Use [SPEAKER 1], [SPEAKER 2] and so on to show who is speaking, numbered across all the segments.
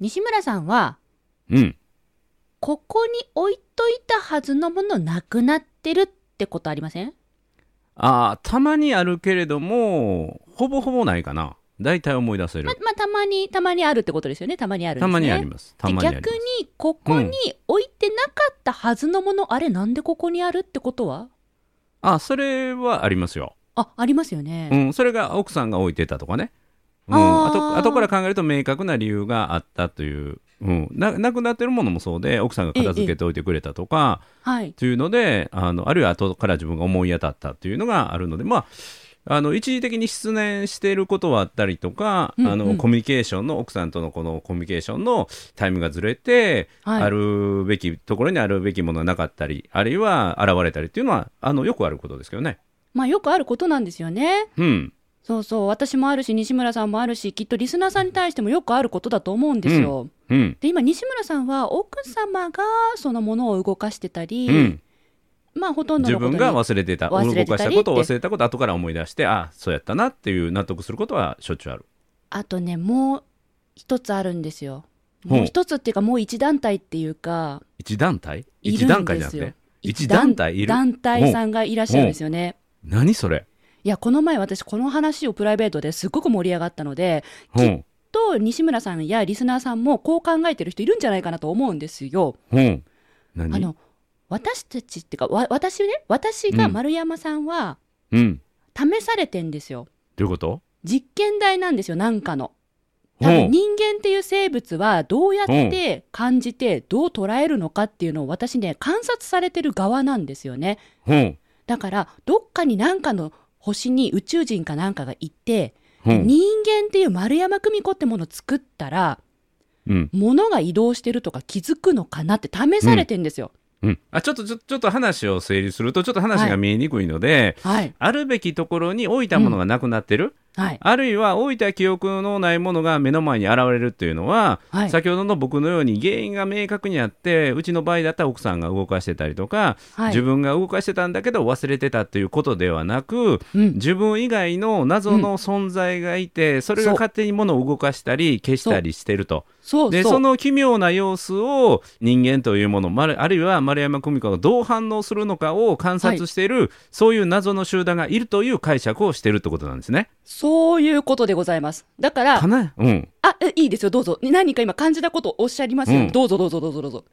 [SPEAKER 1] 西村さんは、
[SPEAKER 2] うん。
[SPEAKER 1] ここに置いといたはずのものなくなってるってことありません
[SPEAKER 2] ああ、たまにあるけれども、ほぼほぼないかな。大体思い出せる
[SPEAKER 1] ま。、まあ、たまに、たまにあるってことですよね。たまにあるんです
[SPEAKER 2] た
[SPEAKER 1] ね。
[SPEAKER 2] まにあります。た
[SPEAKER 1] で
[SPEAKER 2] まにあります。
[SPEAKER 1] 逆に、ここに置いてなかったはずのもの、あれなんでここにあるってことは
[SPEAKER 2] あ、それはありますよ。
[SPEAKER 1] あ、ありますよね。
[SPEAKER 2] うん、それが奥さんが置いてたとかね。うん、
[SPEAKER 1] あー
[SPEAKER 2] あと後から考えると明確な理由があったという、うん、ななくなってるものもそうで奥さんが片付けておいてくれたとか
[SPEAKER 1] はい。
[SPEAKER 2] というのであのあるいは後から自分が思い当たったというのがあるのでまああの一時的に失念していることはあったりとか、
[SPEAKER 1] うんうん
[SPEAKER 2] あのコミュニケーションの奥さんとのこのコミュニケーションのタイムがずれて、
[SPEAKER 1] はい
[SPEAKER 2] あるべきところにあるべきものがなかったりあるいは現れたりっていうのはあのよくあることですけどね。
[SPEAKER 1] まあ、よくあることなんですよね。
[SPEAKER 2] うん、
[SPEAKER 1] そうそう。私もあるし、西村さんもあるし、きっとリスナーさんに対してもよくあることだと思うんですよ。
[SPEAKER 2] うん、
[SPEAKER 1] で、今、西村さんは、奥様がそのものを動かしてたり、
[SPEAKER 2] うん
[SPEAKER 1] まあ、ほとんど
[SPEAKER 2] 自
[SPEAKER 1] のことに
[SPEAKER 2] 分が忘れてた
[SPEAKER 1] 忘れてたり
[SPEAKER 2] 動かしたこと
[SPEAKER 1] って
[SPEAKER 2] 忘れたこと後から思い出してあそうやったなっていう納得することはしょっちゅうある
[SPEAKER 1] あとね、もう一つあるんですよ。
[SPEAKER 2] ほう
[SPEAKER 1] もう一つっていうか、もう一団体っていうか、
[SPEAKER 2] 一団体
[SPEAKER 1] いるんです
[SPEAKER 2] 一
[SPEAKER 1] よ
[SPEAKER 2] 段階じゃなくて一団体いる
[SPEAKER 1] 団体さんがいらっしゃるんですよね。
[SPEAKER 2] 何それ
[SPEAKER 1] いや、この前私、この話をプライベートですごく盛り上がったので、
[SPEAKER 2] ほう
[SPEAKER 1] と、西村さんやリスナーさんも、こう考えてる人いるんじゃないかなと思うんですよ。
[SPEAKER 2] ほう何
[SPEAKER 1] あの、私たちっていうか、わ私ね、私が丸山さんは、
[SPEAKER 2] うんど
[SPEAKER 1] 試されてんですよ。
[SPEAKER 2] ういうこと
[SPEAKER 1] 実験台なんですよ、なんかの。多
[SPEAKER 2] ほう
[SPEAKER 1] 分人間っていう生物はどうやって感じてどう捉えるのかっていうのを私ね観察されてる側なんですよね
[SPEAKER 2] ほう
[SPEAKER 1] だからどっかに何かの星に宇宙人かなんかがいて、
[SPEAKER 2] ほう
[SPEAKER 1] 人間っていう丸山久美子ってものを作ったら
[SPEAKER 2] うん
[SPEAKER 1] 物が移動してるとか気づくのかなって試されてんですよ、
[SPEAKER 2] うんあちょっとちょちょっと話を整理するとちょっと話
[SPEAKER 1] は
[SPEAKER 2] が
[SPEAKER 1] い
[SPEAKER 2] 見えにくいので、
[SPEAKER 1] はい
[SPEAKER 2] あるべきところに置いたものがなくなってる、
[SPEAKER 1] はい
[SPEAKER 2] あるいは置いた記憶のないものが目の前に現れるっていうのは、
[SPEAKER 1] はい
[SPEAKER 2] 先ほどの僕のように原因が明確にあってうちの場合だったら奥さんが動かしてたりとか、
[SPEAKER 1] はい
[SPEAKER 2] 自分が動かしてたんだけど忘れてたっていうことではなく
[SPEAKER 1] うん
[SPEAKER 2] 自分以外の謎の存在がいて、それが勝手に物を動かしたり消したりしてると
[SPEAKER 1] そう
[SPEAKER 2] で
[SPEAKER 1] そう
[SPEAKER 2] その奇妙な様子を人間というものまるあるいは丸山久美子がどう反応するのかを観察している、そういう謎の集団がいるという解釈をしてるってことなんですね。
[SPEAKER 1] そういうことでございますだから
[SPEAKER 2] かなうん
[SPEAKER 1] あえいいですよどうぞ何か今感じたことをおっしゃりますよ、
[SPEAKER 2] うん
[SPEAKER 1] どうぞどうぞどうぞどうぞ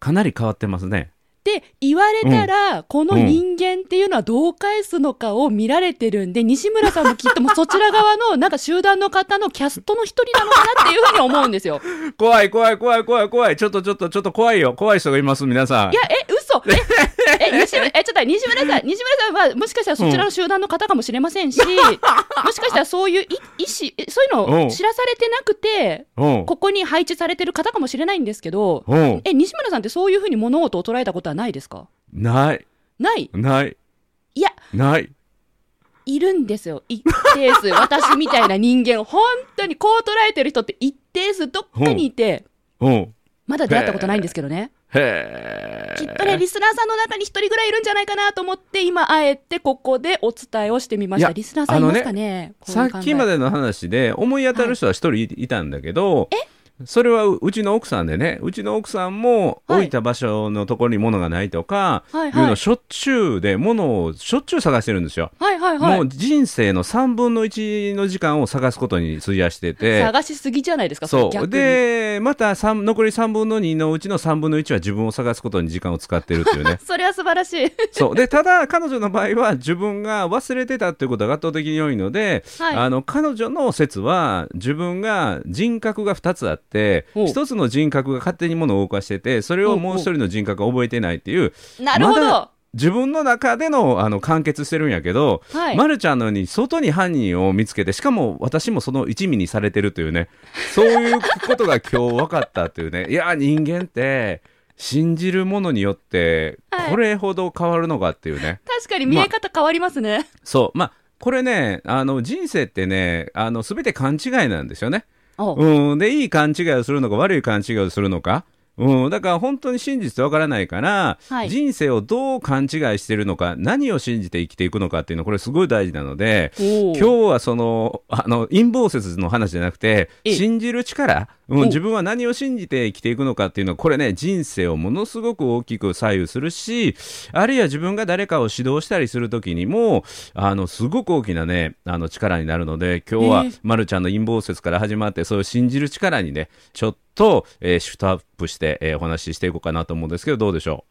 [SPEAKER 2] かなり変わってますね。
[SPEAKER 1] って言われたら、この人間っていうのはどう返すのかを見られてるんで、西村さんもきっともうそちら側の、なんか集団の方のキャストの一人なのかなっていうふうに思うん ですよ。
[SPEAKER 2] 怖い怖い怖い怖い怖いちょっとちょっとちょっと怖いよ怖い人がいます皆さん
[SPEAKER 1] いや、え、 嘘え、え、西村、え、ちょっと待って西村さん、西村さんはもしかしたらそちらの集団の方かもしれません し、もしかしたらそういうい意思、えそういうの
[SPEAKER 2] う
[SPEAKER 1] を
[SPEAKER 2] ん
[SPEAKER 1] 知らされてなくて、
[SPEAKER 2] うん
[SPEAKER 1] ここに配置されてる方かもしれないんですけど、
[SPEAKER 2] うん
[SPEAKER 1] え、西村さんってそういうふうに物事を捉えたことはないですか
[SPEAKER 2] ない
[SPEAKER 1] ない
[SPEAKER 2] ない
[SPEAKER 1] いや、
[SPEAKER 2] ない
[SPEAKER 1] いるんですよ。一定 数。私みたいな人間、本当にこう捉えてる人って一定数どっかにいて、
[SPEAKER 2] うん
[SPEAKER 1] まだ出会ったことないんですけどね。
[SPEAKER 2] へえ
[SPEAKER 1] きっとね、リスナーさんの中に一人ぐらいいるんじゃないかなと思って、今、あえてここでお伝えをしてみまし
[SPEAKER 2] い
[SPEAKER 1] た。
[SPEAKER 2] や
[SPEAKER 1] リスナーさんいますかねこうい
[SPEAKER 2] さ
[SPEAKER 1] う考え
[SPEAKER 2] っきまでの話で思い当たる人は一人いいたんだけど、それはううちの奥さんでねうちの奥さんも
[SPEAKER 1] はい
[SPEAKER 2] 置いた場所のところに物がないとか、
[SPEAKER 1] はい
[SPEAKER 2] いう
[SPEAKER 1] は
[SPEAKER 2] の
[SPEAKER 1] い
[SPEAKER 2] を。しょっちゅうで物をしょっちゅう探してるんですよ。
[SPEAKER 1] はいはいはい
[SPEAKER 2] もう人生の3分の1の時間を探すことに費やしてて
[SPEAKER 1] 探しすぎじゃないですか、れ
[SPEAKER 2] そ
[SPEAKER 1] 逆
[SPEAKER 2] う
[SPEAKER 1] に。
[SPEAKER 2] でまた三残り3分の2のうちの3分の1は自分を探すことに時間を使ってるっ ていうね
[SPEAKER 1] それは素晴らしい。
[SPEAKER 2] そうでただ彼女の場合は自分が忘れてたっていうことが圧倒的に多いので、
[SPEAKER 1] はい
[SPEAKER 2] あの彼女の説は自分が人格が2つあって
[SPEAKER 1] お
[SPEAKER 2] 1つの人格が勝手に物を動かしててそれをもう1人の人格が覚えてないっていう
[SPEAKER 1] なるほど。
[SPEAKER 2] まだ自分の中でのあの完結してるんやけど、
[SPEAKER 1] はい。
[SPEAKER 2] まるちゃんのように外に犯人を見つけてしかも私もその一味にされてるというねそういうことが今日分かったとい うねいやー人間って信じるものによって
[SPEAKER 1] はい
[SPEAKER 2] これほど変わるのかっていうね、
[SPEAKER 1] 確かに見え方変わりますね。
[SPEAKER 2] そうまあこれねあの人生ってねあの全て勘違いなんですよね。
[SPEAKER 1] お
[SPEAKER 2] うん、でいい勘違いをするのか悪い勘違いをするのか。うん、だから本当に真実ってわからないから、
[SPEAKER 1] はい
[SPEAKER 2] 人生をどう勘違いしてるのか何を信じて生きていくのかっていうのこれすごい大事なので
[SPEAKER 1] おー
[SPEAKER 2] 今日はそのあの陰謀説の話じゃなくて
[SPEAKER 1] ええ
[SPEAKER 2] 信じる力、うん
[SPEAKER 1] お
[SPEAKER 2] 自分は何を信じて生きていくのかっていうのはこれね人生をものすごく大きく左右するしあるいは自分が誰かを指導したりする時にもあのすごく大きなねあの力になるので今日は
[SPEAKER 1] ええ
[SPEAKER 2] まるちゃんの陰謀説から始まってそういう信じる力にねちょっと、えーシフトアップして、えーお話ししていこうかなと思うんですけどどうでしょ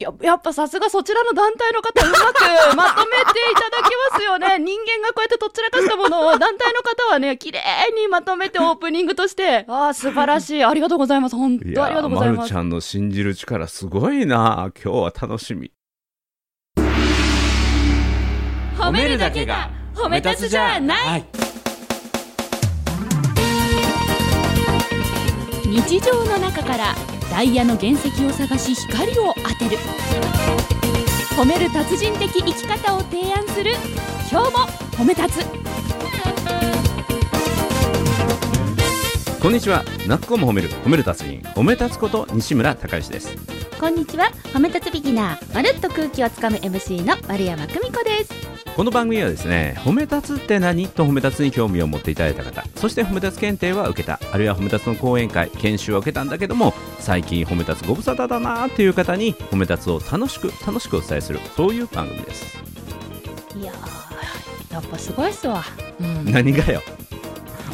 [SPEAKER 1] ややっぱさすがそちらの団体の方うまくまとめていただきますよ ね人間がこうやってとっちらかしたものを団体の方は ね綺麗にまとめてオープニングとしてああ素晴らしいありがとうございます本
[SPEAKER 2] う
[SPEAKER 1] 当ありがとうござい
[SPEAKER 2] ま
[SPEAKER 1] ま
[SPEAKER 2] る
[SPEAKER 1] す
[SPEAKER 2] ちゃんの信じる力すごいな今日は楽しみ
[SPEAKER 1] 褒めるだけが褒め立つじゃない
[SPEAKER 2] い
[SPEAKER 1] 日常の中からダイヤの原石を探し光を当てる褒める達人的生き方を提案する今日も褒め立つ
[SPEAKER 2] こんにちはなっこも褒める褒める達人褒め立つこと西村孝之です
[SPEAKER 3] こんにちは褒め立つビギナーまるっと空気をつかむ MC の丸山久美子です
[SPEAKER 2] この番組はですね褒め立つって何と褒め立つに興味を持っていただいた方そして褒め立つ検定は受けたあるいは褒め立つの講演会研修は受けたんだけども最近褒め立つご無沙汰だなーっていう方に褒め立つを楽しく楽しくお伝えするそういう番組です
[SPEAKER 3] いやーやっぱすごいっすわ、
[SPEAKER 2] 何がよ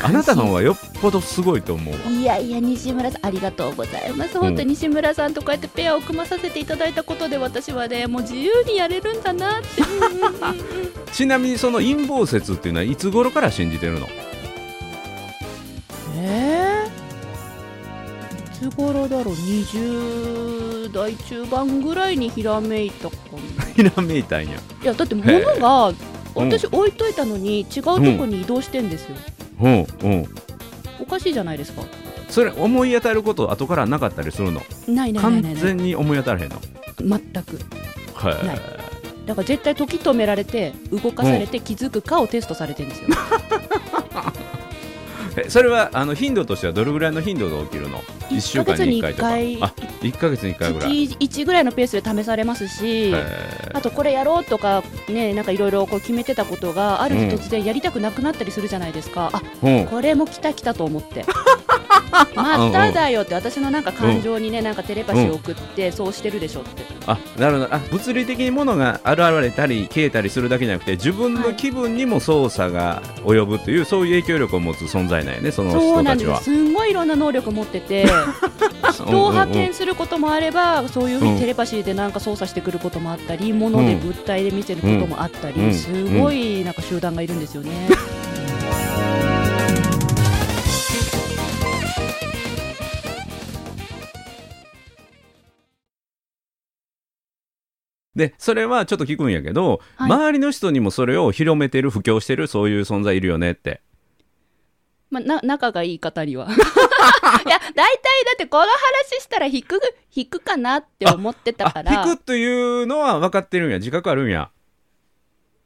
[SPEAKER 2] あなたの方がよっぽどすごいと思うわ
[SPEAKER 3] いやいや西村さんありがとうございます本当に西村さんとこうやってペアを組まさせていただいたことで私はねもう自由にやれるんだなって
[SPEAKER 2] ちなみにその陰謀説っていうのはいつ頃から信じてるの
[SPEAKER 1] えー、いつ頃だろう20代中盤ぐらいにひらめいたかな
[SPEAKER 2] ひらめいたんや
[SPEAKER 1] いやだって物が
[SPEAKER 2] うん
[SPEAKER 1] 私置いといたのに違うとこに移動してんですよ、
[SPEAKER 2] うんうん
[SPEAKER 1] おかしいじゃないですか
[SPEAKER 2] それ思い当たること後からなかったりするの
[SPEAKER 1] ないないない
[SPEAKER 2] 完
[SPEAKER 1] ないない
[SPEAKER 2] 全に思い当たらへんの
[SPEAKER 1] 全く
[SPEAKER 2] はい
[SPEAKER 1] ないだから絶対時止められて動かされて気づくかをテストされてるん ですよ
[SPEAKER 2] えそれはあの頻度としてはどれぐらいの頻度が起きるの1週間に1回とか
[SPEAKER 1] 一ヶ
[SPEAKER 2] あ1か月に1回ぐらい
[SPEAKER 1] 月1ぐらいのペースで試されますし、
[SPEAKER 2] へ
[SPEAKER 1] あとこれやろうとかねなんかいろいろこう決めてたことがある日
[SPEAKER 2] うん
[SPEAKER 1] 突然やりたくなくなったりするじゃないですか、あ
[SPEAKER 2] ー
[SPEAKER 1] これも来た来たと思って まただよって私のなんか感情にねなんかテレパシーを送ってそうしてるでしょって
[SPEAKER 2] あなるほどあ物理的にものが現れたり消えたりするだけじゃなくて自分
[SPEAKER 1] は
[SPEAKER 2] の
[SPEAKER 1] い
[SPEAKER 2] 気分にも操作が及ぶというそういう影響力を持つ存在なんやねその
[SPEAKER 1] そう
[SPEAKER 2] 人
[SPEAKER 1] な
[SPEAKER 2] た
[SPEAKER 1] んで
[SPEAKER 2] ち
[SPEAKER 1] すよ
[SPEAKER 2] は。
[SPEAKER 1] すんごいいろんな能力持ってて人を派遣することもあればそういうふうにテレパシーでなんか操作してくることもあったり物で物体で見せることもあった
[SPEAKER 2] うん
[SPEAKER 1] りすごいなんか集団がいるんですよね。
[SPEAKER 2] でそれはちょっと聞くんやけど、
[SPEAKER 3] はい
[SPEAKER 2] 周りの人にもそれを広めてる布教してるそういう存在いるよねって。
[SPEAKER 1] まあ、な仲がいい方には いや大体だってこの話したら引く引くかなって思ってたか
[SPEAKER 2] あ
[SPEAKER 1] ら
[SPEAKER 2] 引くというのは分かってるんや自覚あるんや。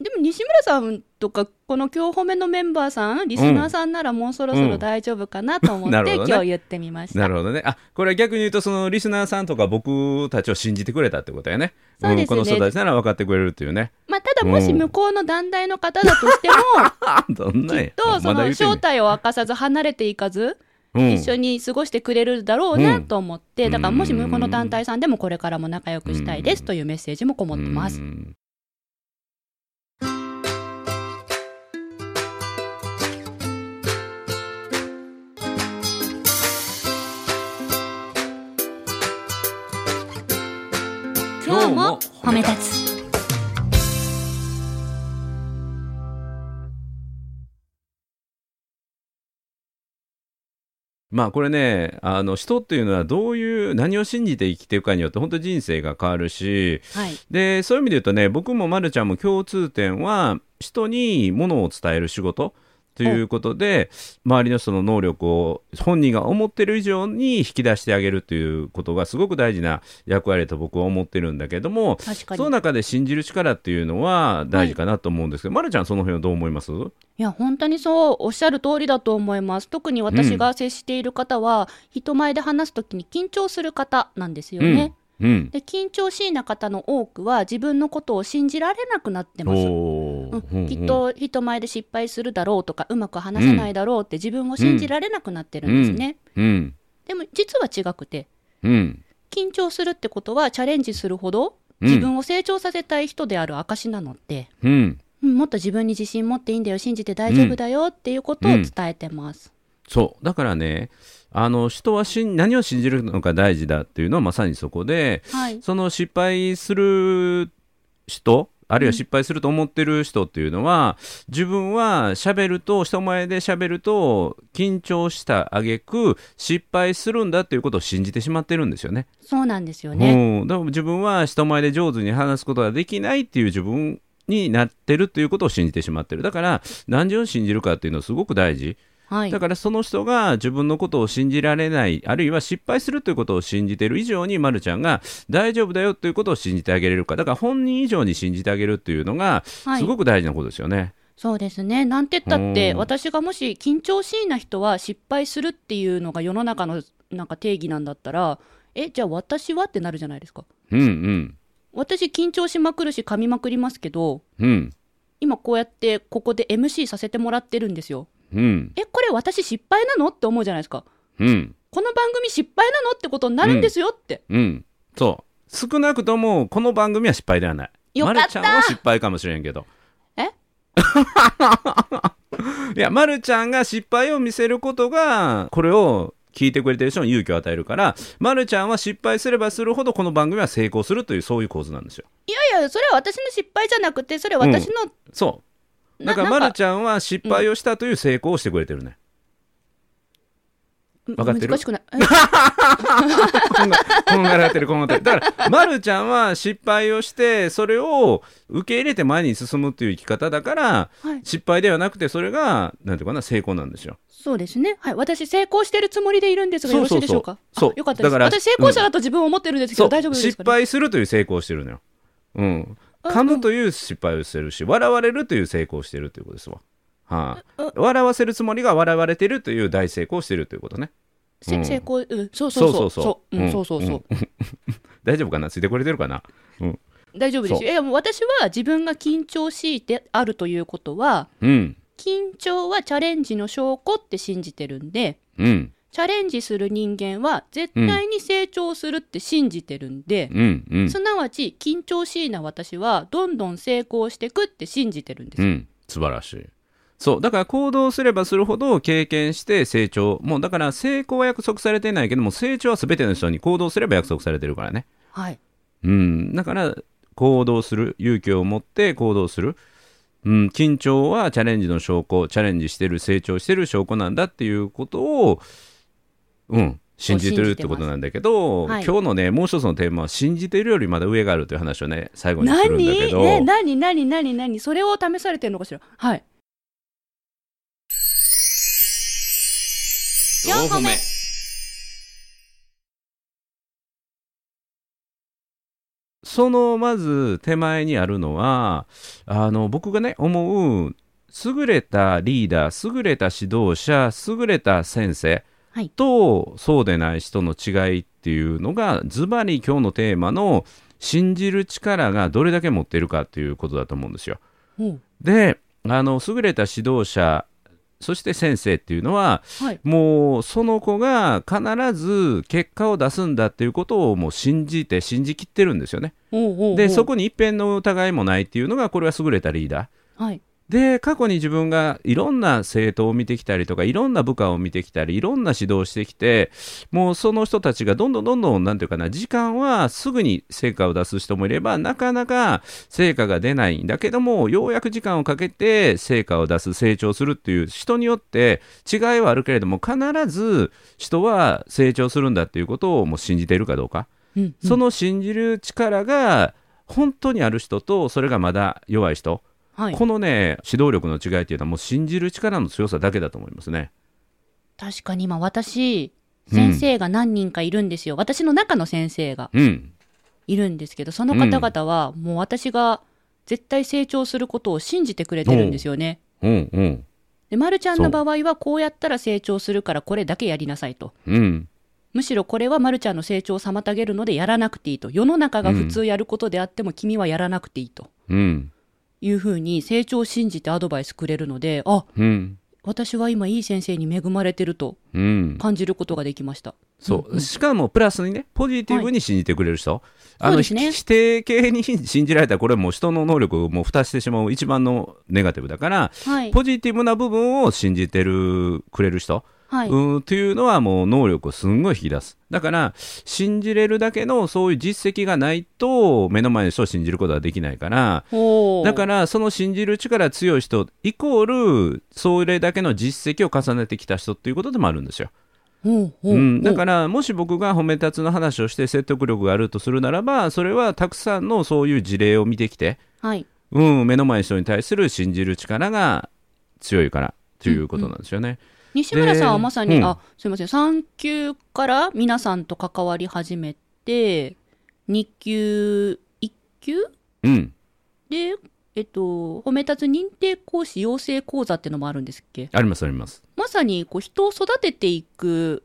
[SPEAKER 1] でも西村さんとかこの今日褒めのメンバーさんリスナーさんならもうそろそろ大丈夫かなと思
[SPEAKER 2] うんな
[SPEAKER 1] っ
[SPEAKER 2] る
[SPEAKER 1] て、
[SPEAKER 2] ほどね
[SPEAKER 1] 今日言ってみました、
[SPEAKER 2] なるほどね。あ、これは逆に言うと、そのリスナーさんとか僕たちを信じてくれたってことやね。
[SPEAKER 1] そうですね
[SPEAKER 2] ん、この人たちなら分かってくれるっていうね。
[SPEAKER 1] まあ、ただもし向こうの団体の方だと しても、
[SPEAKER 2] あ、どんなん
[SPEAKER 1] き
[SPEAKER 2] や
[SPEAKER 1] っとそ
[SPEAKER 2] まだ
[SPEAKER 1] の
[SPEAKER 2] 言うてんね
[SPEAKER 1] 正体を明かさず離れていかず、
[SPEAKER 2] うん
[SPEAKER 1] 一緒に過ごしてくれるだろうな
[SPEAKER 2] うん
[SPEAKER 1] と思って、だからもし向こうの団体さんでもこれからも仲良くしたいですというメッセージもこもってます、
[SPEAKER 2] うん
[SPEAKER 3] 今日も褒め立つ
[SPEAKER 2] まあこれねあの人っていうのはどういう何を信じて生きていくかによって本当人生が変わるし
[SPEAKER 1] はい
[SPEAKER 2] でそういう意味で言うとね僕もまるちゃんも共通点は人に物を伝える仕事ということで周りの人の能力を本人が思ってる以上に引き出してあげるということがすごく大事な役割だと僕は思ってるんだけども
[SPEAKER 1] 確か
[SPEAKER 2] その
[SPEAKER 1] に。
[SPEAKER 2] 中で信じる力っていうのは大事かなと思うんですけど、まるちゃんその辺はどう思います
[SPEAKER 1] いや、本当にそう、おっしゃる通りだと思います。特に私が接している方は、人前で話すときに緊張する方なんですよね。
[SPEAKER 2] うん、うん
[SPEAKER 1] で、緊張しいな方の多くは、自分のことを信じられなくなってます。
[SPEAKER 2] おー
[SPEAKER 1] うん、きっ
[SPEAKER 2] うん
[SPEAKER 1] と人前で失敗するだろうとかうまく話せないだろうって自分を信じられなくなってるんですね、
[SPEAKER 2] うん
[SPEAKER 1] でも実は違くて
[SPEAKER 2] うん
[SPEAKER 1] 緊張するってことはチャレンジするほど
[SPEAKER 2] うん
[SPEAKER 1] 自分を成長させたい人である証なので、
[SPEAKER 2] うん
[SPEAKER 1] うんもっと自分に自信持っていいんだよ信じて大丈夫だよっていうことを伝えてます、
[SPEAKER 2] そうだからねあの人はしん何を信じるのが大事だっていうのはまさにそこで
[SPEAKER 1] はい
[SPEAKER 2] その失敗する人あるいは失敗すると思ってる人っていうのは、自分は喋ると人前で喋ると緊張した挙句失敗するんだっていうことを信じてしまってるんですよね。
[SPEAKER 1] そうなんですよね、
[SPEAKER 2] うん、だから自分は人前で上手に話すことができないっていう自分になってるっていうことを信じてしまってるだから何を信じるかっていうのはすごく大事
[SPEAKER 1] はい
[SPEAKER 2] だからその人が自分のことを信じられないあるいは失敗するということを信じてる以上にまるちゃんが大丈夫だよということを信じてあげれるかだから本人以上に信じてあげるっていうのが
[SPEAKER 1] はい
[SPEAKER 2] すごく大事なことですよね。
[SPEAKER 1] そうですねなんて言ったって
[SPEAKER 2] うん
[SPEAKER 1] 私がもし緊張しいな人は失敗するっていうのが世の中のなんか定義なんだったらえじゃあ私はってなるじゃないですか
[SPEAKER 2] うんうん
[SPEAKER 1] 私緊張しまくるし噛みまくりますけど
[SPEAKER 2] うん
[SPEAKER 1] 今こうやってここで MC させてもらってるんですよ
[SPEAKER 2] うん
[SPEAKER 1] えこれ私失敗なのって思うじゃないですか
[SPEAKER 2] うん
[SPEAKER 1] この番組失敗なのってことになるんですよって、
[SPEAKER 2] うんそう少なくともこの番組は失敗ではない。
[SPEAKER 1] よかった
[SPEAKER 2] まるちゃんは失敗かもしれんけど。
[SPEAKER 1] え
[SPEAKER 2] いや、まるちゃんが失敗を見せることが、これを聞いてくれてる人に勇気を与えるから、まるちゃんは失敗すればするほど、この番組は成功するという、そういう構図なんですよ。
[SPEAKER 1] いやいやそれは私の失敗じゃなくてそれは私の、
[SPEAKER 2] そう。だ
[SPEAKER 1] な
[SPEAKER 2] か
[SPEAKER 1] な
[SPEAKER 2] ら、
[SPEAKER 1] ん
[SPEAKER 2] ま
[SPEAKER 1] か
[SPEAKER 2] るちゃんは失敗をしたという成功をしてくれてるね。
[SPEAKER 1] うん
[SPEAKER 2] わかってる
[SPEAKER 1] 難しくないえ
[SPEAKER 2] こんがこんがらがってる、こんがらがってる。だから、まるちゃんは失敗をして、それを受け入れて前に進むという生き方だから、
[SPEAKER 1] はい
[SPEAKER 2] 失敗ではなくて、それが、なんていうかな、成功なんですよ。
[SPEAKER 1] そうですねはい私成功してるつもりでいるんですが
[SPEAKER 2] そ
[SPEAKER 1] よ
[SPEAKER 2] う
[SPEAKER 1] ろ
[SPEAKER 2] そ
[SPEAKER 1] し
[SPEAKER 2] うそう
[SPEAKER 1] いでしょうかあ
[SPEAKER 2] そう
[SPEAKER 1] よかったです
[SPEAKER 2] だから
[SPEAKER 1] 私成功者だと自分を思ってるんですけど、
[SPEAKER 2] そう
[SPEAKER 1] 大丈夫です
[SPEAKER 2] 失
[SPEAKER 1] か、ね、
[SPEAKER 2] 敗するという成功をしてるのよ。うん、
[SPEAKER 1] あ
[SPEAKER 2] 噛むという失敗をしてるし、笑われるという成功をしてるということですわ。はあ、笑わせるつもりが笑われてるという大成功をしてるということね。
[SPEAKER 1] せ
[SPEAKER 2] うん
[SPEAKER 1] 成功、うん、そうそうそう
[SPEAKER 2] そうそうそう
[SPEAKER 1] そう,、
[SPEAKER 2] うん
[SPEAKER 1] ん、そうそうそう、
[SPEAKER 2] 大丈夫かなついてくれてるかな、うん、
[SPEAKER 1] 大丈夫です
[SPEAKER 2] そう
[SPEAKER 1] よいやもう私は自分が緊張しいてあるということは
[SPEAKER 2] うん、
[SPEAKER 1] 緊張はチャレンジの証拠って信じてるんで
[SPEAKER 2] うん、
[SPEAKER 1] チャレンジする人間は絶対に成長するって信じてるんで、
[SPEAKER 2] うん、うん、
[SPEAKER 1] すなわち緊張しいな私はどんどん成功してくって信じてるんです、
[SPEAKER 2] うん、素晴らしい。そうだから行動すればするほど経験して成長もうだから成功は約束されてないけども成長は全ての人に行動すれば約束されてるからね
[SPEAKER 1] はい
[SPEAKER 2] うん、だから行動する勇気を持って行動する、うん、緊張はチャレンジの証拠チャレンジしてる成長してる証拠なんだっていうことを、うん、信じてるってことなんだけ
[SPEAKER 1] 信
[SPEAKER 2] ど、
[SPEAKER 1] じてます
[SPEAKER 2] 今日のねもう一つのテーマは信じてるよりまだ上があるという話をね最後にする
[SPEAKER 1] 何
[SPEAKER 2] んだけど、
[SPEAKER 1] ね何何何何それを試されてるのかしらはい4個目
[SPEAKER 2] そのまず手前にあるのはあの僕がね思う優れたリーダー優れた指導者優れた先生
[SPEAKER 1] はい
[SPEAKER 2] とそうでない人の違いっていうのがズバリ今日のテーマの信じる力がどれだけ持っているかっていうことだと思うんですよ。
[SPEAKER 1] うん
[SPEAKER 2] であの優れた指導者そして先生っていうのは
[SPEAKER 1] はい
[SPEAKER 2] もうその子が必ず結果を出すんだっていうことをもう信じて信じきってるんですよね。
[SPEAKER 1] おうおうおう
[SPEAKER 2] でそこに一片の疑いもないっていうのがこれは優れたリーダー。
[SPEAKER 1] はい
[SPEAKER 2] で過去に自分がいろんな政党を見てきたりとかいろんな部下を見てきたりいろんな指導をしてきてもうその人たちがどんどんどんどんなんていうかな時間はすぐに成果を出す人もいればなかなか成果が出ないんだけどもようやく時間をかけて成果を出す成長するっていう人によって違いはあるけれども必ず人は成長するんだっていうことをもう信じているかどうか。
[SPEAKER 1] うん
[SPEAKER 2] その信じる力が本当にある人とそれがまだ弱い人
[SPEAKER 1] はい
[SPEAKER 2] このね指導力の違いっていうのはもう信じる力の強さだけだと思いますね。
[SPEAKER 1] 確かに今私、
[SPEAKER 2] うん
[SPEAKER 1] 先生が何人かいるんですよ。私の中の先生が
[SPEAKER 2] うん、
[SPEAKER 1] いるんですけど、その方々はもう私が絶対成長することを信じてくれてるんですよね。
[SPEAKER 2] うん、うん、
[SPEAKER 1] で、まるちゃんの場合はこうやったら成長するからこれだけやりなさいと。
[SPEAKER 2] うん、
[SPEAKER 1] むしろこれはまるちゃんの成長を妨げるのでやらなくていいと。世の中が普通やることであっても君はやらなくていいと。
[SPEAKER 2] うん、
[SPEAKER 1] いうふうに成長を信じてアドバイスくれるので、あ、
[SPEAKER 2] うん、
[SPEAKER 1] 私は今いい先生に恵まれてると
[SPEAKER 2] うん。
[SPEAKER 1] 感じることができました。
[SPEAKER 2] そう。しかも、プラスにね、ポジティブに信じてくれる人。あ
[SPEAKER 1] そう
[SPEAKER 2] の、
[SPEAKER 1] です
[SPEAKER 2] ひ
[SPEAKER 1] ね
[SPEAKER 2] 否定系に信じられたら、これはもう人の能力をもう蓋してしまう一番のネガティブだから、
[SPEAKER 1] はい。
[SPEAKER 2] ポジティブな部分を信じてる、くれる人。
[SPEAKER 1] はい。
[SPEAKER 2] うん、っていうのはもう能力をすんごい引き出す。だから、信じれるだけのそういう実績がないと、目の前の人を信じることはできないから、
[SPEAKER 1] おー
[SPEAKER 2] だから、その信じる力強い人、イコール、それだけの実績を重ねてきた人っていうことでもあるんですよ。
[SPEAKER 1] ほうほう
[SPEAKER 2] うん、だ
[SPEAKER 1] ほう
[SPEAKER 2] からもし僕が褒め立つの話をして説得力があるとするならばそれはたくさんのそういう事例を見てきて、
[SPEAKER 1] はい。
[SPEAKER 2] うん、目の前の人に対する信じる力が強いからということなんですよね。
[SPEAKER 1] 西村さんはまさに、
[SPEAKER 2] うん
[SPEAKER 1] あ、すいません、3級から皆さんと関わり始めて、2級、1級
[SPEAKER 2] うん、
[SPEAKER 1] で、えっと、褒め立つ認定講師養成講座ってのもあるんですっけ
[SPEAKER 2] ありますあります。
[SPEAKER 1] まさにこう人を育てていく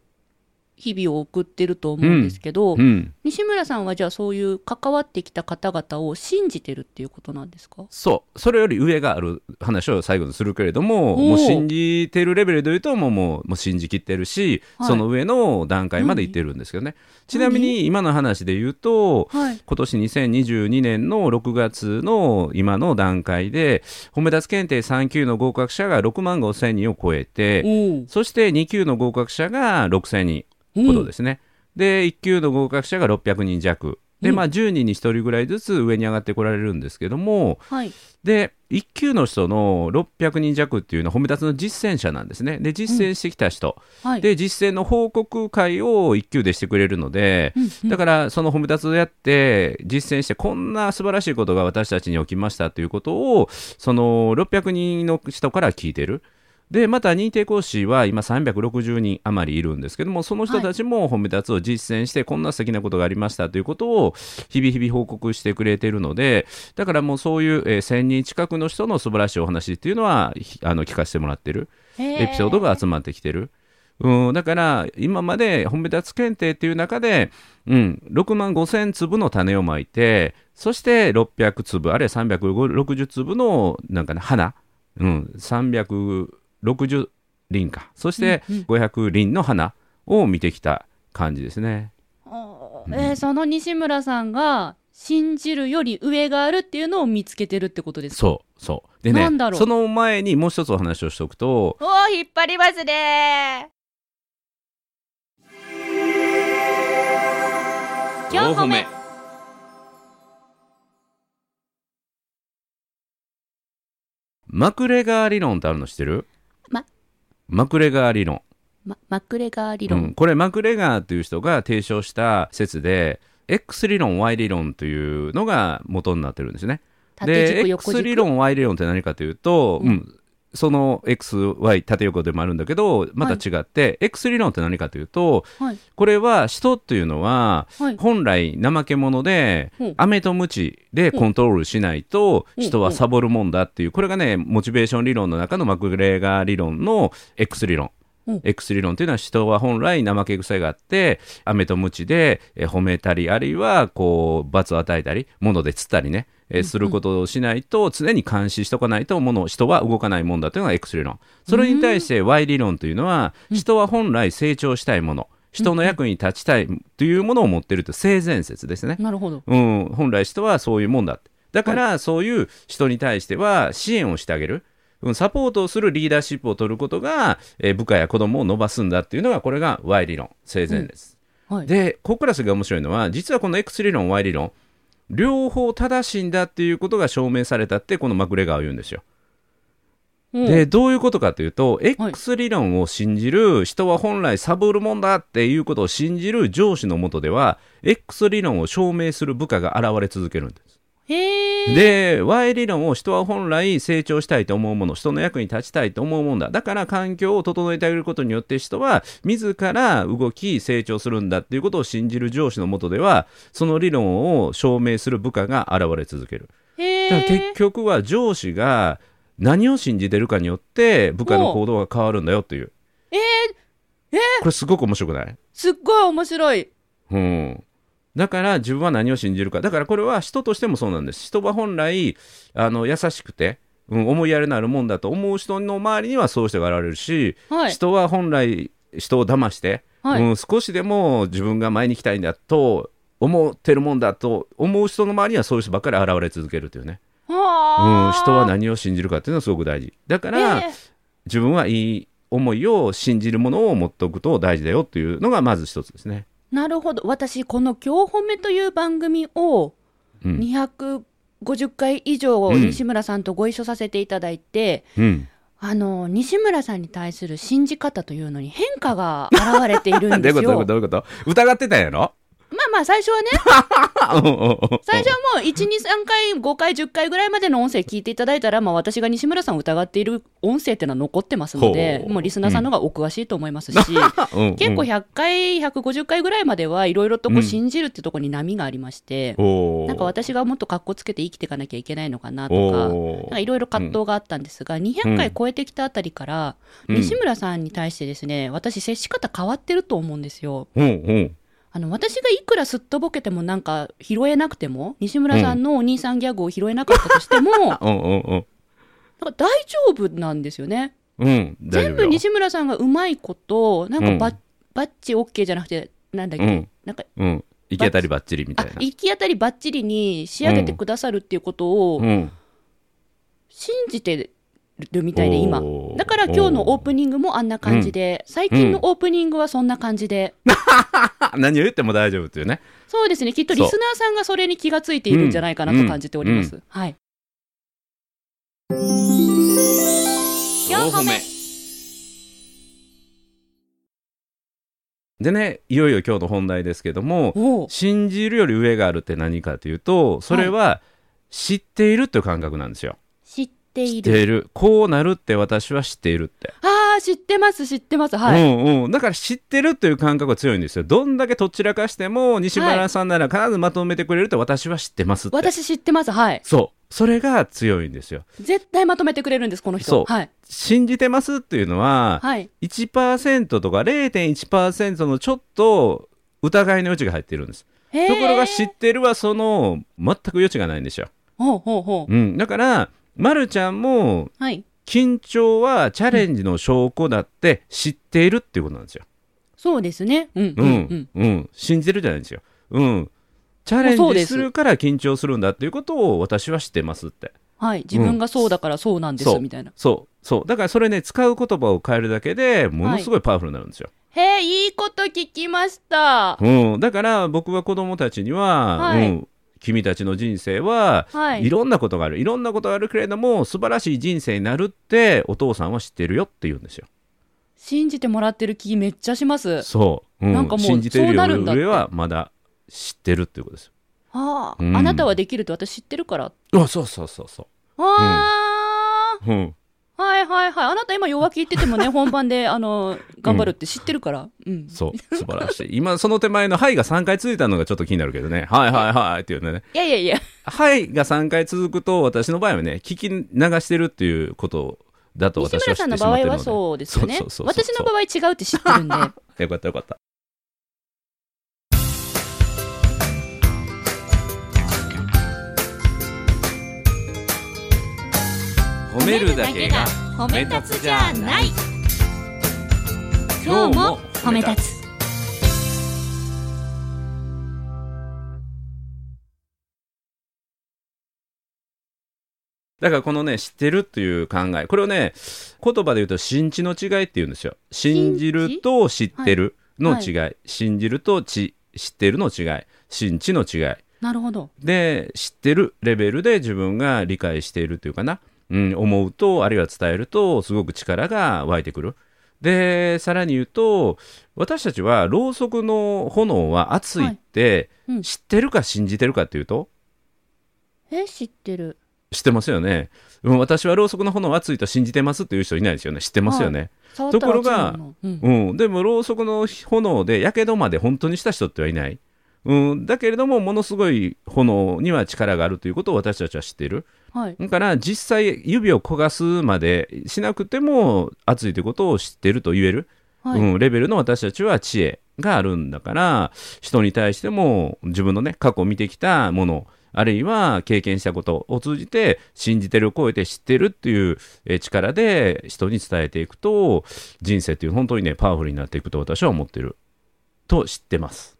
[SPEAKER 1] 日々を送ってると思うんですけど、
[SPEAKER 2] うん、
[SPEAKER 1] 西村さんはじゃあそういう関わってきた方々を信じてるっていうことなんですか
[SPEAKER 2] そうそれより上がある話を最後にするけれども
[SPEAKER 1] おー
[SPEAKER 2] もう信じてるレベルで言うともうもうもう信じきってるし、
[SPEAKER 1] はい
[SPEAKER 2] その上の段階までいってるんですけどね。ちなみに今の話で言うと、
[SPEAKER 1] はい。
[SPEAKER 2] 今年2022年の6月の今の段階で、褒め立つ検定3級の合格者が6万5千人を超えて、
[SPEAKER 1] お
[SPEAKER 2] そして2級の合格者が6千人ほど
[SPEAKER 1] お。
[SPEAKER 2] ですね。で、1級の合格者が600人弱。で、
[SPEAKER 1] うん
[SPEAKER 2] まあ10人に1人ぐらいずつ上に上がってこられるんですけども、
[SPEAKER 1] はい。
[SPEAKER 2] で、1級の人の600人弱っていうのは褒め立つの実践者なんですね。で、実践してきた人。
[SPEAKER 1] はい。
[SPEAKER 2] で、実践の報告会を1級でしてくれるので、
[SPEAKER 1] うんうん
[SPEAKER 2] だからその褒め立つをやって実践してこんな素晴らしいことが私たちに起きましたということをその600人の人から聞いてる。でまた認定講師は今360人余りいるんですけどもその人たちも褒め立つを実践してこんな素敵なことがありましたということを日々日々報告してくれているのでだからもうそういう、えー1000人近くの人の素晴らしいお話っていうのはひあの聞かせてもらってる。エピソードが集まってきてる。うん、だから今まで褒め立つ検定っていう中で、うん、6万5千粒の種をまいてそして600粒あるいは360粒のなんか、ね、花、うん、360輪かそして500輪の花を見てきた感じですね。
[SPEAKER 1] あーえーその西村さんが信じるより上があるっていうのを見つけてるってことですか
[SPEAKER 2] そうそうでね
[SPEAKER 1] なんだろう
[SPEAKER 2] その前にもう一つお話をしておくと、
[SPEAKER 1] おー引っ張りますね4個目
[SPEAKER 2] マクレガー理論ってあるの知ってる、
[SPEAKER 3] ま
[SPEAKER 2] マクレガー理論
[SPEAKER 3] ま、マクレガー理論、
[SPEAKER 2] うんこれマクレガーという人が提唱した説で X 理論 Y 理論というのが元になってるんですね。
[SPEAKER 3] 縦軸
[SPEAKER 2] で
[SPEAKER 3] 横
[SPEAKER 2] X 理
[SPEAKER 3] 軸
[SPEAKER 2] 論 Y 理論って何かというと、うんその XY 縦横でもあるんだけどまた違って、X 理論って何かというと、
[SPEAKER 1] はい
[SPEAKER 2] これは人というのは
[SPEAKER 1] はい
[SPEAKER 2] 本来怠け者で、
[SPEAKER 1] うん
[SPEAKER 2] 飴と鞭でコントロールしないと
[SPEAKER 1] うん
[SPEAKER 2] 人はサボるもんだっていうこれがねモチベーション理論の中のマクレガー理論の X 理論。
[SPEAKER 1] うん
[SPEAKER 2] X 理論というのは人は本来怠け癖があって飴と鞭でえー褒めたりあるいはこう罰を与えたり物で釣ったりねえーすることをしないと常に監視しとかないと物を人は動かないもんだというのが X 理論それに対して Y 理論というのは人は本来成長したいもの人の役に立ちたいというものを持っているという性善説ですね。
[SPEAKER 1] なるほど
[SPEAKER 2] うん、本来人はそういうもんだってだからそういう人に対しては支援をしてあげる、うん、サポートをするリーダーシップを取ることが、えー部下や子供を伸ばすんだっていうのがこれが Y 理論生前です、
[SPEAKER 1] うんはい
[SPEAKER 2] でここからすが面白いのは実はこの X 理論 Y 理論両方正しいんだっていうことが証明されたってこのマクレガーは言うんですよ
[SPEAKER 1] うん
[SPEAKER 2] でどういうことかというと
[SPEAKER 1] はい
[SPEAKER 2] X 理論を信じる人は本来サボるもんだっていうことを信じる上司のもとでは X 理論を証明する部下が現れ続けるんです。
[SPEAKER 1] へ
[SPEAKER 3] へえ。
[SPEAKER 2] で Y 理論を人は本来成長したいと思うもの人の役に立ちたいと思うものだだから環境を整えてあげることによって人は自ら動き成長するんだっていうことを信じる上司のもとではその理論を証明する部下が現れ続ける
[SPEAKER 3] へ
[SPEAKER 2] だから
[SPEAKER 3] え
[SPEAKER 2] 結。局は上司が何を信じてるかによって部下の行動が変わるんだよっていう
[SPEAKER 1] えー、
[SPEAKER 2] これすごく面白くない
[SPEAKER 1] すっごい面白い。
[SPEAKER 2] うん、だから自分は何を信じるかだからこれは人としてもそうなんです人は本来あの優しくて、うん、思いやりのあるもんだと思う人の周りにはそういう人が現れるし、
[SPEAKER 1] はい。
[SPEAKER 2] 人は本来人を騙して、
[SPEAKER 1] はい
[SPEAKER 2] うん、少しでも自分が前に行きたいんだと思ってるもんだと思う人の周りにはそういう人ばっかり現れ続けるというね、
[SPEAKER 1] はあ
[SPEAKER 2] うん、人は何を信じるかっていうのはすごく大事だから、
[SPEAKER 1] ええ
[SPEAKER 2] 自分はいい思いを信じるものを持っておくと大事だよっていうのがまず一つですね。
[SPEAKER 1] なるほど。私、この今日褒めという番組を
[SPEAKER 2] うん
[SPEAKER 1] 250回以上、
[SPEAKER 2] うん
[SPEAKER 1] 西村さんとご一緒させていただいて、
[SPEAKER 2] うん
[SPEAKER 1] あの、西村さんに対する信じ方というのに変化が現れているんですよ。
[SPEAKER 2] どういうことどういうことどういうこと疑ってたんやろ
[SPEAKER 1] まあまあ、最初はね、最初はもう1、2、3回、5回、10回ぐらいまでの音声聞いていただいたら、まあ私が西村さんを疑っている音声っていうのは残ってますので
[SPEAKER 2] ほ、う
[SPEAKER 1] もうリスナーさんの方がお詳しいと思いますし、
[SPEAKER 2] うん
[SPEAKER 1] 結構
[SPEAKER 2] うん
[SPEAKER 1] 100回、150回ぐらいまではいろいろとこ
[SPEAKER 2] うん
[SPEAKER 1] う信じるってとこに波がありまして、
[SPEAKER 2] おー
[SPEAKER 1] なんか私がもっと格好つけて生きていかなきゃいけないのかなとか、
[SPEAKER 2] おー
[SPEAKER 1] なんかいろいろ葛藤があったんですが、200回超えてきたあたりから、
[SPEAKER 2] うん
[SPEAKER 1] 西村さんに対してですね、私接し方変わってると思うんですよ。
[SPEAKER 2] うんうん
[SPEAKER 1] あの、私がいくらすっとぼけてもなんか拾えなくても、西村さんのお兄さんギャグを拾えなかったとしても、 なんか
[SPEAKER 2] うんうんうん
[SPEAKER 1] 大丈夫なんですよね。
[SPEAKER 2] うん大丈
[SPEAKER 1] 全
[SPEAKER 2] 夫
[SPEAKER 1] 部
[SPEAKER 2] よ
[SPEAKER 1] 西村さんがうまいこと、なんかバッ、
[SPEAKER 2] うん
[SPEAKER 1] バッチ OK じゃなくて、なんだっけ、
[SPEAKER 2] うん
[SPEAKER 1] なんか、
[SPEAKER 2] うん行き当たりばっちりみた
[SPEAKER 1] あ
[SPEAKER 2] い、な
[SPEAKER 1] 行き当たりばっちりに仕上げてくださるっていうことを
[SPEAKER 2] うん
[SPEAKER 1] 信じてるみたいで、今。
[SPEAKER 2] おー
[SPEAKER 1] だから今日のオープニングもあんな感じで、最近のオープニングはそんな感じで、
[SPEAKER 2] あ 何を言っても大丈夫っていうね
[SPEAKER 1] そうですね、きっとリスナーさんがそれに気がついているんじゃないかなと感じております。
[SPEAKER 2] う
[SPEAKER 1] はい。
[SPEAKER 2] 4歩目でねいよいよ今日の本題ですけども
[SPEAKER 1] おう
[SPEAKER 2] 信じるより上があるって何かというとそれは知っているという感覚なんですよ
[SPEAKER 1] 知って
[SPEAKER 2] 知
[SPEAKER 1] い
[SPEAKER 2] って
[SPEAKER 1] る。
[SPEAKER 2] いるこうなるって私は知っているって
[SPEAKER 1] ああ、知ってます、知ってます。はい。
[SPEAKER 2] うんうん、だから知ってるという感覚が強いんですよどんだけとっちらかしても西村さんなら必ずまとめてくれると私は知ってますって、
[SPEAKER 1] 私知ってます。はい。
[SPEAKER 2] そうそれが強いんですよ
[SPEAKER 1] 絶対まとめてくれるんです、この
[SPEAKER 2] そ
[SPEAKER 1] 人。
[SPEAKER 2] う
[SPEAKER 1] はい。
[SPEAKER 2] 信じてますっていうのは、
[SPEAKER 1] はい。
[SPEAKER 2] 1%とか0.1%のちょっと疑いの余地が入っているんです
[SPEAKER 1] へ
[SPEAKER 2] ところが知
[SPEAKER 1] し
[SPEAKER 2] ってるはその全く余地がないんですよ、
[SPEAKER 1] ほうほうほう。
[SPEAKER 2] うん、だから、ま、るちゃんも
[SPEAKER 1] はい。
[SPEAKER 2] 緊張はチャレンジの証拠だって知っているっていうことなんですよ
[SPEAKER 1] そうですね。うん、う、
[SPEAKER 2] うん
[SPEAKER 1] うんん。、
[SPEAKER 2] うん、信じてるじゃないんですよ。うん。チャレ
[SPEAKER 1] そ
[SPEAKER 2] ン
[SPEAKER 1] う
[SPEAKER 2] ジ
[SPEAKER 1] です
[SPEAKER 2] するから緊張するんだっていうことを私は知ってますって。
[SPEAKER 1] はい。自分がそうだからそうなんです、
[SPEAKER 2] そう
[SPEAKER 1] みたいな。
[SPEAKER 2] そう、そう。だからそれね、使う言葉を変えるだけでものすごいパワフルになるんですよ。
[SPEAKER 1] へえ、いいこと聞きました。
[SPEAKER 2] うん。だから僕は子供たちには、
[SPEAKER 1] はい
[SPEAKER 2] うん、君たちの人生は、、
[SPEAKER 1] はいい。
[SPEAKER 2] ろんなことがある。いろんなことがあるけれども、素晴らしい人生になるってお父さんは知ってるよって言うんですよ。
[SPEAKER 1] 信じてもらってる気めっちゃします。
[SPEAKER 2] そう。うん、
[SPEAKER 1] なんかもう
[SPEAKER 2] 信じてる
[SPEAKER 1] そう
[SPEAKER 2] よ
[SPEAKER 1] なるんだって
[SPEAKER 2] 上はまだ知ってるっていうことです
[SPEAKER 1] ああ、
[SPEAKER 2] うん
[SPEAKER 1] あなたはできると私知ってるから。
[SPEAKER 2] よ。あ、そうそうそうそ
[SPEAKER 1] ああ、
[SPEAKER 2] う。うん。
[SPEAKER 1] はいはいはい。あなた今弱気言ってても ね、本番で、あの、頑張るって知ってるから。うん。
[SPEAKER 2] そう、素晴らしい。今、その手前のはいが3回続いたのがちょっと気になるけどね。はいはいはいっていうのね。
[SPEAKER 1] いやいやいや。
[SPEAKER 2] はいが3回続くと、私の場合はね、聞き流してるっていうことだと
[SPEAKER 1] 西
[SPEAKER 2] 私
[SPEAKER 1] 村
[SPEAKER 2] は知
[SPEAKER 1] さ
[SPEAKER 2] っ
[SPEAKER 1] んの
[SPEAKER 2] てし
[SPEAKER 1] 場
[SPEAKER 2] まって
[SPEAKER 1] 合
[SPEAKER 2] るの
[SPEAKER 1] は
[SPEAKER 2] で。
[SPEAKER 1] そうですよね。
[SPEAKER 2] そうそうそうそう
[SPEAKER 1] 私の場合違うって知って るんで。
[SPEAKER 2] よかったよかった。褒めるだけが
[SPEAKER 3] 褒
[SPEAKER 2] め立つじゃない今日も褒め立
[SPEAKER 3] つ。
[SPEAKER 2] だからこのね知ってるっていう考えこれをね言葉で言うと信知の違いって言うんですよ信じると知ってるの違い、信じると知知ってるの違い信知の違い
[SPEAKER 1] なるほど。
[SPEAKER 2] で知ってるレベルで自分が理解しているというかな、うん、思うとあるいは伝えるとすごく力が湧いてくる。でさらに言うと私たちはろうそくの炎は熱いって、
[SPEAKER 1] はいうん
[SPEAKER 2] 知ってるか信じてるかっていうと
[SPEAKER 3] え知ってる
[SPEAKER 2] 知ってますよね、うん、私はろうそくの炎はついた信じてますという人いないですよね知ってますよね、
[SPEAKER 3] 触ったら
[SPEAKER 2] ところが
[SPEAKER 3] 熱いものうん
[SPEAKER 2] うん、でもろうそくの炎でやけどまで本当にした人ってはいない、うん、だけれどもものすごい炎には力があるということを私たちは知っている
[SPEAKER 3] はい
[SPEAKER 2] だから実際指を焦がすまでしなくても熱いということを知ってると言える、
[SPEAKER 3] はい、
[SPEAKER 2] うん、レベルの私たちは知恵があるんだから人に対しても自分のね過去を見てきたものあるいは経験したことを通じて信じてるを超えて知ってるっていうえー力で人に伝えていくと人生っていう本当にねパワフルになっていくと私は思ってると知ってます。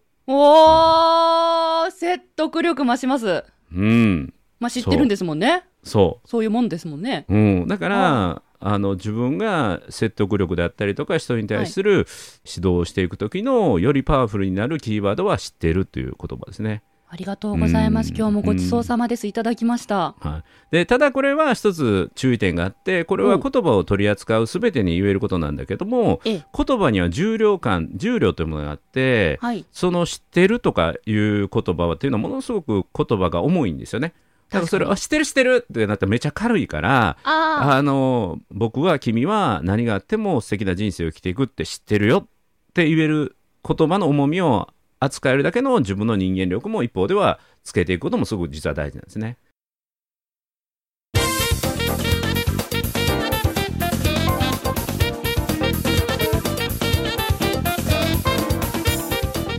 [SPEAKER 1] おー、説得力増します。
[SPEAKER 2] うん、
[SPEAKER 1] まあ、知ってるんですもんね。
[SPEAKER 2] そう
[SPEAKER 1] そういうもんですもんね。
[SPEAKER 2] うん、だからあの自分が説得力であったりとか人に対する指導をしていく時のよりパワフルになるキーワードは知ってるという言葉ですね。
[SPEAKER 1] ありがとうございます。
[SPEAKER 2] うん
[SPEAKER 1] 今日もごちそうさまです。いただきました。
[SPEAKER 2] はい、でただこれは一つ注意点があってこれは言葉を取り扱う全てに言えることなんだけども
[SPEAKER 3] ええ
[SPEAKER 2] 言葉には重量感重量というものがあって
[SPEAKER 3] はい
[SPEAKER 2] その知ってるとかいう言葉はっていうのはものすごく言葉が重いんですよね。だからそれは知ってる知ってるってなったらめちゃ軽いから
[SPEAKER 3] ああ
[SPEAKER 2] あの僕は君は何があっても素敵な人生を生きていくって知ってるよって言える言葉の重みを扱えるだけの自分の人間力も一方ではつけていくこともすごく実は大事なんですね。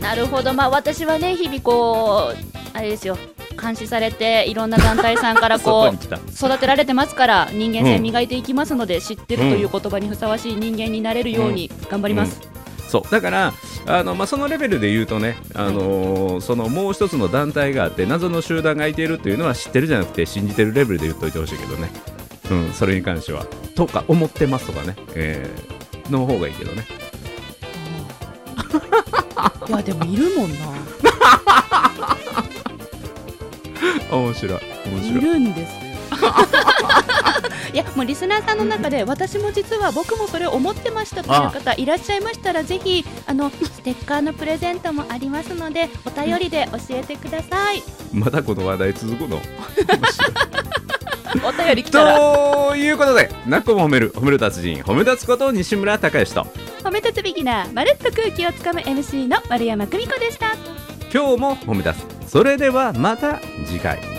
[SPEAKER 3] なるほどまあ私はね日々こうあれですよ監視されていろんな団体さんから
[SPEAKER 2] そこ
[SPEAKER 3] こ
[SPEAKER 2] に
[SPEAKER 3] う
[SPEAKER 2] 来た。
[SPEAKER 3] 育てられてますから人間性
[SPEAKER 2] うん
[SPEAKER 3] 磨いていきますので、知ってるという言葉にふさわしい人間になれるように頑張ります、
[SPEAKER 2] そうだからあの、まあ、そのレベルで言うとね、あのーそのもう一つの団体があって謎の集団がいているというのは知ってるじゃなくて信じてるレベルで言っといてほしいけどね、うん、それに関しては。とか思ってますとかね、えーの方がいいけどね。
[SPEAKER 1] いや、でもいるもんな。
[SPEAKER 2] 面白い面
[SPEAKER 1] い
[SPEAKER 2] 白い。
[SPEAKER 1] るんです。
[SPEAKER 3] いやもうリスナーさんの中で私も実は僕もそれ思ってましたという方いらっしゃいましたらぜひあのステッカーのプレゼントもありますのでお便りで教えてください
[SPEAKER 2] まだこの話題続くの
[SPEAKER 3] お便り来たら
[SPEAKER 2] ということで、なっこも褒める、褒める達人、褒め立つこと西村孝之と、
[SPEAKER 3] 褒め立つビギナーまるっと空気をつかむ MC の丸山久美子でした
[SPEAKER 2] 今日も褒め立つ。それではまた次回。